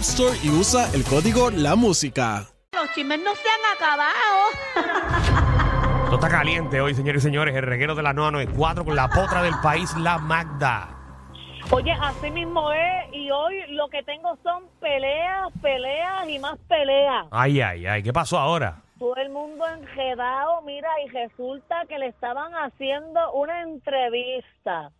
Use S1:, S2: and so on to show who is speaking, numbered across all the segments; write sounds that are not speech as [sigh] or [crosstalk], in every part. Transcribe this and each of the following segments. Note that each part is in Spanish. S1: Store y usa el código La Música.
S2: Los chismes no se han acabado.
S3: Esto está caliente hoy, señores y señores. El reguero de la 994 con la potra del país, la Magda.
S4: Oye, así mismo es, y hoy lo que tengo son peleas, peleas y más peleas.
S3: Ay, ay, ay. ¿Qué pasó ahora?
S4: Todo el mundo enredado, mira, y resulta que le estaban haciendo una entrevista.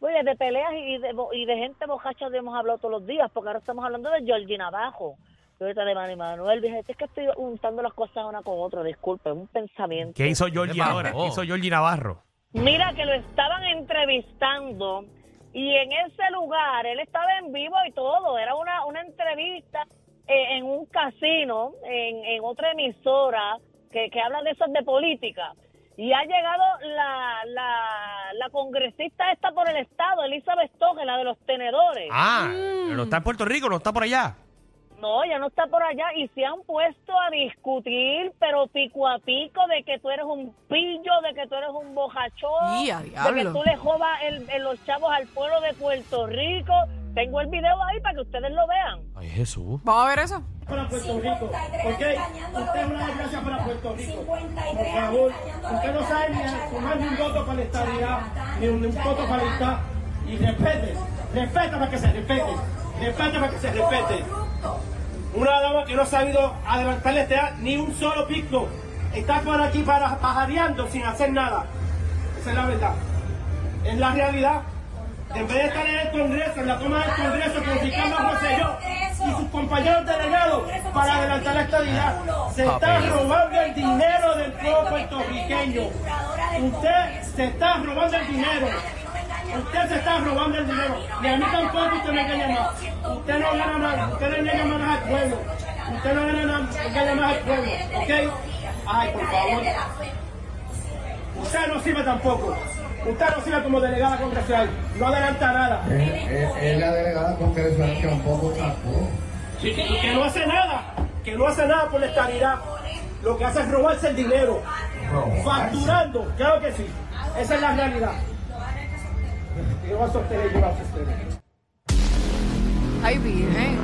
S4: Oye, de peleas y de, bo- y de gente bocacha hemos hablado todos los días, porque ahora estamos hablando de Georgina Abajo. Y ahorita de Manny Manuel, dije, es que estoy juntando las cosas una con otra, disculpe, es un pensamiento.
S3: ¿Qué hizo Georgie
S5: ¿Qué pasó?
S3: ahora? ¿Qué hizo Georgie Navarro?
S4: Mira que lo estaban entrevistando y en ese lugar él estaba en vivo y todo. Era una, una entrevista eh, en un casino, en, en otra emisora que, que habla de esas de política. Y ha llegado la, la, la congresista esta por el Estado, Elizabeth Toque, la de los tenedores.
S3: Ah, pero está en Puerto Rico, no está por allá.
S4: No, ya no está por allá y se han puesto a discutir, pero pico a pico, de que tú eres un pillo, de que tú eres un bojachón,
S6: Y a
S4: de que
S6: diablo.
S4: tú le jobas el- el- los chavos al pueblo de Puerto Rico. Tengo el video ahí para que ustedes lo vean.
S5: Ay, Jesús.
S6: Vamos a ver eso.
S7: para Puerto Rico. ¿Ok? Usted es una desgracia para Puerto Rico. Por favor, usted no sabe ni tomar ni un voto para la estabilidad, ni un, voto para la estabilidad. Y respete, respeta para que se respete, respeta para que se respete. Una dama que no ha sabido adelantarle este a- ni un solo pico. Está por aquí para pajareando sin hacer nada. Esa es la verdad. Es la realidad. En vez de estar en el Congreso, en la toma del Congreso, con Ricardo Rosselló y sus compañeros delegados para adelantar la estabilidad, se está robando el dinero del pueblo puertorriqueño. Usted se está robando el dinero. Usted se está robando el dinero. Y a mí tampoco usted me engaña más. Usted no gana nada. Usted no engaña más al pueblo. Usted no gana nada. Engaña más al pueblo. ¿Ok? Ay, por favor. Usted no sirve tampoco. Usted no sirve como delegada congresional. No adelanta nada.
S8: Es, es- es la delegada congresual que tampoco tapó.
S7: Y que, y que no hace nada. Que no hace nada por la estabilidad. Lo que hace es robarse el dinero. Facturando. Claro que sí. Esa es la realidad. Yo voy a sostener, yo voy a sostener.
S6: Ay, virgen.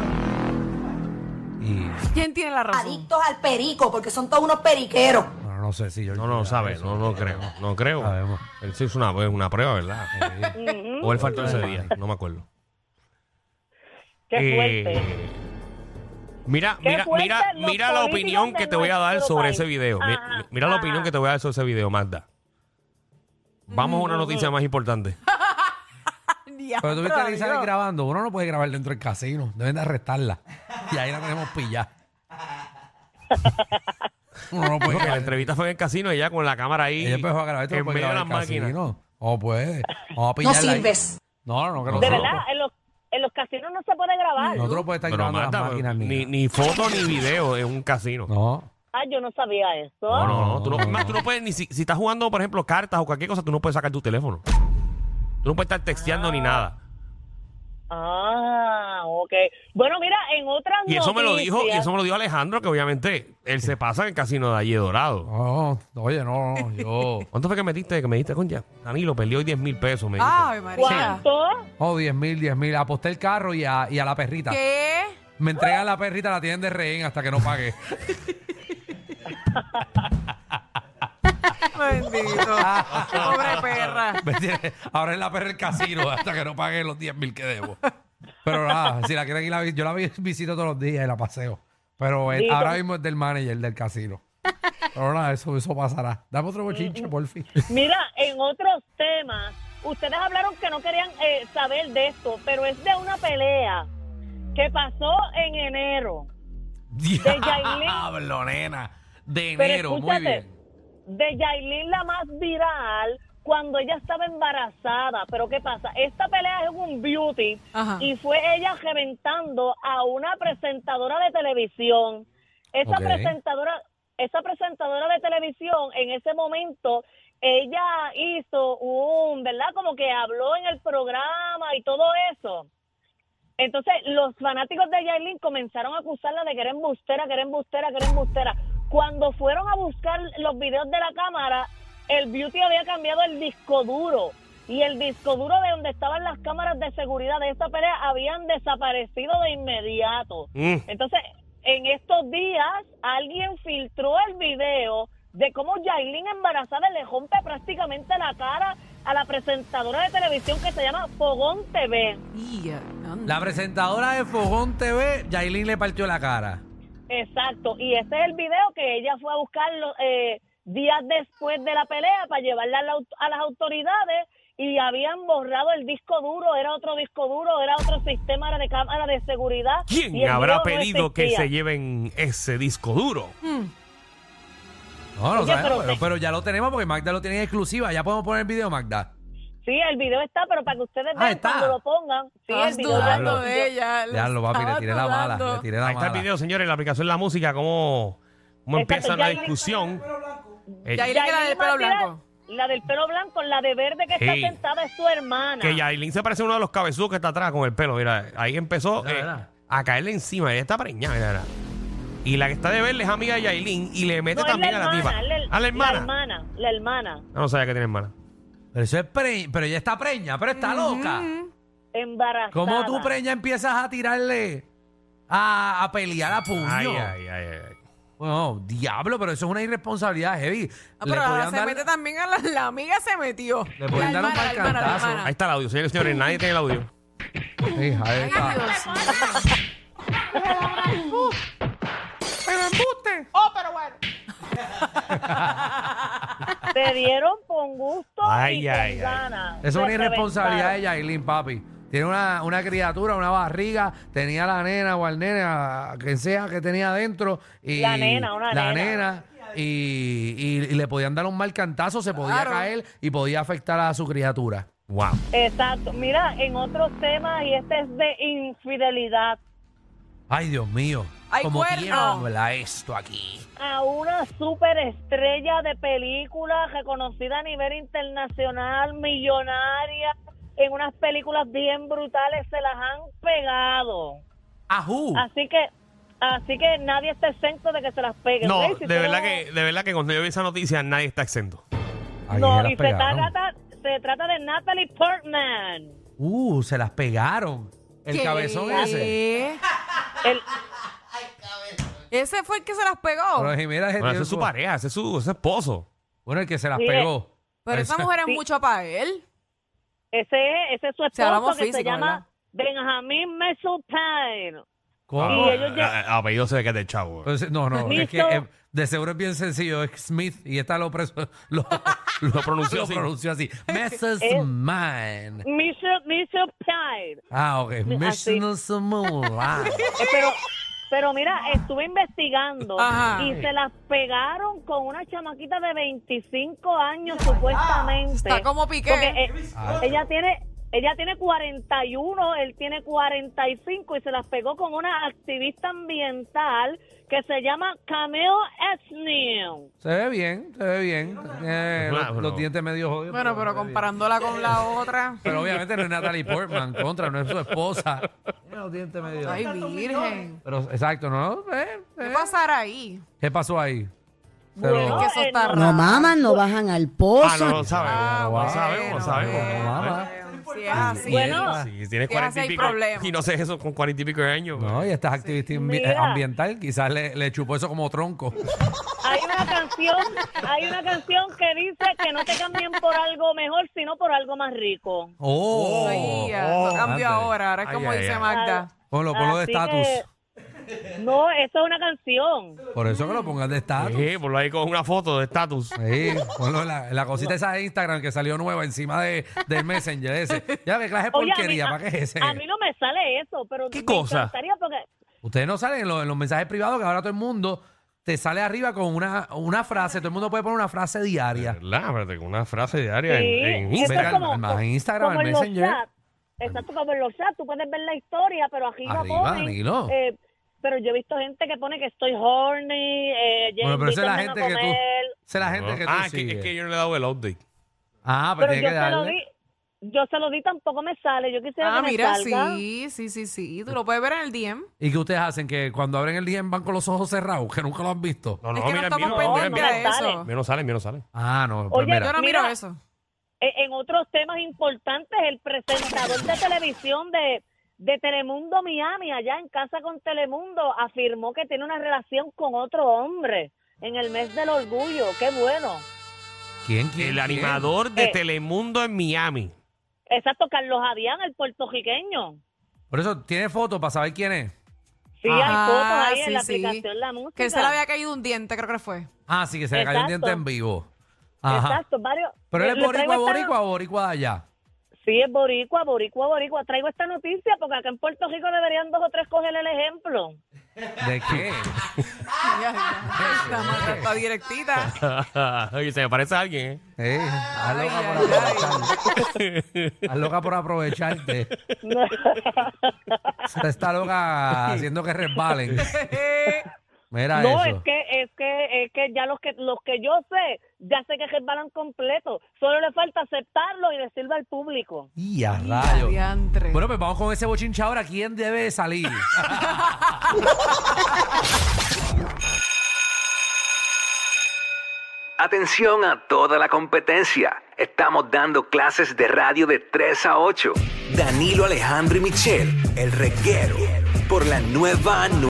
S6: ¿Quién tiene la razón?
S2: Adictos al perico, porque son todos unos periqueros.
S5: Bueno, no sé si yo.
S3: No, no sabe, no, no creo, no creo.
S5: Sabemos.
S3: Él se hizo una, una prueba, ¿verdad? O él faltó ese día, no me acuerdo.
S4: Qué
S3: Eh,
S4: fuerte.
S3: Mira,
S4: Qué
S3: mira,
S4: fuerte
S3: mira,
S4: los
S3: mira la
S4: políticos
S3: opinión que
S4: de
S3: te voy a dar
S4: nuestro
S3: sobre
S4: país. Ah.
S3: ese video. Mi- mi-
S4: Ajá,
S3: Mira, la
S4: ajá.
S3: opinión que te voy a dar sobre ese video, Magda. Vamos a una
S4: Mm.
S3: noticia más importante.
S6: Diablo,
S5: Pero tú viste a Elizabeth
S6: Dios.
S5: grabando. Uno no puede grabar dentro del casino. Deben de arrestarla. Y ahí la tenemos pillada.
S3: [laughs]
S5: Uno no puede
S3: Porque la
S5: grabar.
S3: entrevista fue en el casino y ella con la cámara ahí.
S5: Ella empezó a grabar. Esto
S3: en
S5: no puede
S3: medio de las
S5: grabar el
S3: máquinas.
S5: casino. O puede. Vamos a
S2: No
S5: pillarla ahí.
S2: sirves.
S5: No, no, que no.
S4: De
S5: no,
S4: verdad, en los, en los casinos no se puede grabar.
S5: No, tú no puedes estar
S3: Pero
S5: grabando
S3: Magda,
S5: las máquinas ni,
S3: ni,
S5: nada.
S3: ni foto ni video en un casino.
S5: No.
S4: Ah, yo no sabía eso.
S3: No, no, no.
S5: No,
S3: Tú no,
S5: no,
S3: es más,
S5: no.
S3: tú no puedes, ni si, si estás jugando, por ejemplo, cartas o cualquier cosa, tú no puedes sacar tu teléfono. Tú no puedes estar texteando ni nada.
S4: Ah, ok. Bueno, mira, en otras
S3: Y eso me lo dijo, y
S4: noticias-
S3: eso me lo dijo Alejandro, que obviamente él se pasa en el casino de allí de Dorado.
S5: No, oye, no, no, yo.
S3: ¿Cuánto fue que metiste? Que me diste con ya. Danilo perdió hoy 10 mil pesos. Me
S6: Ay,
S4: Ah,
S3: dijiste.
S6: María.
S4: ¿Cuánto?
S5: Oh, 10 mil, 10 mil. Aposté el carro y a, y a la perrita.
S6: ¿Qué?
S5: Me entregan la perrita, la tienen de rehén hasta que no pague.
S9: [laughs] Bendito. Qué Pobre perra.
S5: [laughs] ¿Me entiendes? Ahora es la perra el casino hasta que no pague los 10 mil que debo. Pero nada, si la quieren ir, la vi- yo la vi- visito todos los días y la paseo. Pero eh,
S4: Dito.
S5: ahora mismo es del manager del casino. Pero nada, eso, eso pasará. Dame otro
S9: Mm,
S5: bochinche, por fin.
S4: Mira, en otros temas, ustedes hablaron que no querían eh, saber de esto, pero es de una pelea que pasó en enero. Yailin.
S5: Diablo, nena. De enero, muy bien.
S4: de Yailin la más viral cuando ella estaba embarazada. Pero ¿qué pasa? Esta pelea es un beauty
S6: Ajá.
S4: y fue ella reventando a una presentadora de televisión. Esta
S5: Ok.
S4: presentadora, esta presentadora de televisión en ese momento ella hizo un, ¿verdad? Como que habló en el programa y todo eso. Entonces, los fanáticos de Yailin comenzaron a acusarla de que era embustera, que era embustera, que era embustera. Cuando fueron a buscar los videos de la cámara, el Beauty había cambiado el disco duro. Y el disco duro de donde estaban las cámaras de seguridad de esta pelea habían desaparecido de inmediato.
S3: Mm.
S4: Entonces, en estos días, alguien filtró el video de cómo Yailin embarazada le rompe prácticamente la cara a la presentadora de televisión que se llama Fogón TV.
S6: Y, eh, anda.
S5: La presentadora de Fogón TV, Yailin le partió la cara.
S4: Exacto, y ese es el video que ella fue a buscarlo eh, días después de la pelea para llevarla a, la au- a las autoridades y habían borrado el disco duro, era otro disco duro, era otro sistema de cámara de seguridad. y
S3: ¿Quién
S4: el
S3: habrá
S4: video no
S3: pedido que
S4: existía.
S3: se lleven ese disco duro?
S5: No, no
S4: Oye,
S5: sabemos,
S4: pero
S5: pero,
S4: te-
S5: pero ya lo tenemos porque Magda lo tiene en exclusiva. Ya podemos poner el video, Magda.
S4: Sí, el video está, pero para que ustedes
S5: Ah,
S4: vean
S5: está.
S4: cuando lo pongan. Sí, el
S6: Estabas
S4: video
S6: dudando
S5: Diablo.
S6: de ella. la
S5: Ya lo papi, le
S6: estabas
S5: tiré la mala. Le
S6: dudando.
S5: tiré la
S3: Ahí está el
S5: mala.
S3: video, señores, la aplicación La Música, cómo, cómo
S4: Exacto,
S3: empieza la
S4: Yailin-
S3: discusión. Eh,
S6: Yailin- Dile que la del pelo
S4: Matías,
S6: blanco.
S4: La del pelo blanco, la de verde que
S3: Sí.
S4: está sentada es su hermana.
S3: que Yailin se parece a uno de los cabezudos que está atrás con el pelo. Mira, ahí empezó
S5: Mira,
S3: eh,
S5: mira.
S3: a caerle encima. Ella está preñada, mira, mira. Y la que está de verle es amiga de Yailin y le mete
S4: no, es la
S3: también a la
S4: hermana,
S3: tipa.
S4: es la-
S3: a la hermana.
S4: La hermana, la hermana.
S3: Ah, No sabía que tiene hermana.
S5: Pero, eso es pre- pero ella está preña, pero está loca.
S4: Embarazada.
S5: ¿Cómo tú preña empiezas a tirarle a, a pelear a puño?
S3: Ay, ay, ay, ay.
S5: Bueno, diablo, pero eso es una irresponsabilidad heavy.
S6: Ah, pero
S5: podían
S6: ahora se
S5: dar-
S6: mete también a la, la amiga se metió.
S5: Le podían
S6: La
S5: dar un
S6: hermana, la hermana, la
S5: malcantazo.
S4: Ah.
S6: hermana.
S3: Ahí está el audio, señores y señores. Nadie tiene el
S4: [laughs]
S3: audio.
S5: Hija de
S6: Ay,
S5: ta-
S6: Dios mío.
S4: Te dieron con gusto
S3: Ay,
S4: y con
S3: ay, ay.
S4: ganas.
S5: Eso es una
S4: Te
S5: irresponsabilidad de
S4: reventaron.
S5: Yailin, papi. Tiene una, una criatura, una barriga, tenía la nena o al nene, a- a quien sea que tenía adentro. Y
S4: La nena, una
S5: la
S4: nena.
S5: nena, y, y- y le podían dar un mal cantazo, se podía
S6: Claro.
S5: caer y podía afectar a su criatura.
S3: Wow.
S4: Exacto. Mira, en otros temas, y este es de infidelidad.
S5: Ay, Dios mío.
S6: Ay,
S5: Como
S6: cuerno.
S5: tiembla esto aquí.
S4: A una superestrella de película reconocida a nivel internacional, millonaria, en unas películas bien brutales, se las han pegado.
S5: Ajú.
S4: Así que, así que nadie está exento de que se las peguen.
S3: No,
S4: Rey, si
S3: de
S4: tú
S3: verdad
S4: no-
S3: que, de verdad que cuando yo vi esa noticia, nadie está exento.
S5: Ay,
S4: No,
S5: las
S4: y se
S5: pegaron.
S4: trata, se trata de Natalie Portman.
S5: Uh, se las pegaron. El
S6: ¿Qué?
S5: cabezón ese.
S4: El,
S6: Ese fue el que se las pegó.
S5: Bueno, Jiménez, ese
S3: Bueno, ese
S5: tío
S3: es su
S5: fue-
S3: pareja, ese es su, ese es esposo.
S5: Bueno, el que se las
S4: Sí,
S5: pegó.
S6: pero esa mujer es
S4: Sí.
S6: mucho para él.
S4: Ese es, ese es su
S6: sea,
S4: esposo
S6: hablamos
S4: que se
S6: físico,
S4: llama Benjamin Mesutine.
S5: ¿Cómo?
S4: Y ellos ya-
S3: Ah, Apellido se ve que es del chavo.
S5: Pues, no, no, es que
S4: Listo.
S5: eh, de seguro es bien sencillo. Es Smith y está lo preso. [laughs] Lo, lo
S3: pronunció
S5: lo
S3: así.
S5: pronunció [laughs] así. Mrs.
S4: Es-
S5: Man.
S4: Misu- Mesutine.
S5: Ah, ok.
S4: Así.
S5: Mrs. Mulan.
S4: Eh, Pero, pero mira, estuve investigando
S6: Ajá.
S4: y se las pegaron con una chamaquita de 25 años supuestamente.
S6: Está como Piqué.
S4: Porque eh, ella tiene... Ella tiene 41, él tiene 45 y se las pegó con una activista ambiental que se llama Camille Esnew.
S5: Se ve bien, se ve bien. Eh,
S3: Claro,
S5: los,
S3: pero-
S5: los dientes medio jodidos.
S6: Bueno, pero
S5: se ve bien.
S6: comparándola con la otra.
S5: Pero obviamente no es Natalie Portman, contra, no es su esposa. Tiene Los dientes medio.
S6: Ay, virgen.
S5: Pero exacto, ¿no? Eh,
S6: ¿Qué
S5: eh.
S6: pasará ahí?
S5: ¿Qué pasó ahí?
S4: Bueno,
S6: Es que
S5: Pero-
S6: eso
S4: eh,
S6: está
S4: no-
S6: raro.
S10: no maman, no bajan al
S3: Ah,
S10: pozo.
S3: no, no sabemos,
S6: Ah,
S3: no
S6: bueno, Ah,
S3: sabemos, no sabemos.
S5: bueno.
S6: bueno. Si es así.
S4: Bueno.
S3: Sí, si tienes
S6: Que hace
S3: cuarenta y
S6: hay
S3: pico.
S6: problemas.
S3: Y no sé eso con cuarenta y pico de años.
S5: No, y esta activista ambi-
S4: Mira.
S5: ambiental quizás le, le chupó eso como tronco.
S4: Hay una canción, hay una canción que dice que no te cambien por algo mejor, sino por algo más rico.
S5: Oh,
S6: Ay, ya, lo cambio
S5: ande.
S6: ahora, ahora es
S3: Ay,
S6: como
S3: ay,
S6: dice
S3: ay.
S6: Magda.
S5: Ponlo, ponlo de
S4: Así
S5: estatus.
S4: que- No, eso es una canción.
S5: Por eso que lo pongas de estatus.
S3: Sí, ponlo ahí con una foto de estatus.
S5: Sí, ponlo en la, en la cosita esa de Instagram que salió nueva encima de, del Messenger ese. Ya ve clase de
S4: Oye, a mí-
S5: porquería,
S4: a-
S5: ¿para qué es ese?
S4: A mí no me sale eso, pero
S3: ¿Qué
S4: me
S3: cosa?
S4: encantaría porque
S5: Ustedes no salen en los, en los mensajes privados que ahora todo el mundo te sale arriba con una, una frase. Todo el mundo puede poner una frase diaria.
S3: ¿Verdad? Espérate, con una frase diaria
S4: Sí,
S3: en, en
S4: eso es
S5: Instagram,
S3: Instagram.
S4: como-
S5: más en Instagram,
S4: como
S5: en
S4: en los
S5: Messenger.
S4: chats. Exacto, como en los chats, tú puedes ver la historia, pero aquí no
S5: Arriba,
S4: ponen,
S5: Danilo.
S4: eh, pero yo he visto gente que pone que estoy horny, eh, ya
S5: Bueno, pero esa es la
S4: invítenme
S5: gente
S4: a
S5: que tú.
S4: comer.
S5: Esa es la gente
S3: No.
S5: que tú
S3: ah, es que,
S5: sigues.
S3: es que yo no le he dado el update.
S5: Ah, pero,
S4: Pero
S5: tiene
S4: yo
S5: que
S4: se lo
S5: darle.
S4: di, yo se lo di, tampoco me sale. Yo quisiera
S6: Ah,
S4: que me
S6: mira,
S4: salga.
S6: sí, sí, sí, sí. Tú lo puedes ver en el DM.
S5: ¿Y qué ustedes hacen? Que cuando abren el día van con los ojos cerrados, que nunca lo han visto.
S3: No,
S6: es que no
S3: mira,
S6: estamos
S3: mira, mira,
S6: pendientes
S3: mira.
S6: a eso.
S4: dale.
S3: Mío no sale, mío no sale.
S5: Ah, no, pues
S4: Oye,
S5: mira.
S6: Yo no
S4: Mira.
S6: miro eso.
S4: E- En otros temas importantes, el presentador de televisión de, de Telemundo Miami, allá en casa con Telemundo, afirmó que tiene una relación con otro hombre en el mes del orgullo. Qué bueno.
S5: ¿Quién, quién?
S3: El
S5: quién?
S3: animador de
S4: Eh.
S3: Telemundo en Miami. [laughs]
S4: Exacto, Carlos Adrián, el puertorriqueño.
S5: Por eso tiene fotos para saber quién es.
S4: Sí,
S6: Ah,
S4: hay fotos ahí
S6: sí,
S4: en la
S6: sí.
S4: aplicación La Música.
S6: Que se le había caído un diente, creo que fue.
S5: Ah, sí, que se le cayó un
S4: Exacto.
S5: diente en vivo. Ajá.
S4: Exacto, varios.
S5: Pero él
S4: le-
S5: es
S4: le
S5: boricua,
S4: traigo esta-
S5: boricua, boricua de allá.
S4: Sí, es boricua, boricua, boricua. Traigo esta noticia porque acá en Puerto Rico deberían dos o tres coger el ejemplo.
S5: ¿De qué?
S6: Ya, ya. Esta madre está directita.
S3: Oye, se me parece a alguien, ¿eh?
S5: Eh, estás
S6: Ay,
S5: loca
S6: ay,
S5: por aprovecharte. Estás loca por
S4: [laughs]
S5: aprovecharte. Está loca haciendo que resbalen. Mira
S4: no,
S5: eso.
S4: es que, es que, es que ya los que, los que yo sé, ya sé que resbalan completo. Solo le falta aceptarlo y decirlo al público.
S5: Y a
S6: Ay,
S5: rayos.
S6: diantre.
S5: Bueno, pues vamos con ese bochincha ahora. ¿Quién debe salir?
S10: Atención a toda la competencia. Estamos dando clases de radio de 3 a 8. Danilo Alejandro y Michelle, el reguero, por la nueva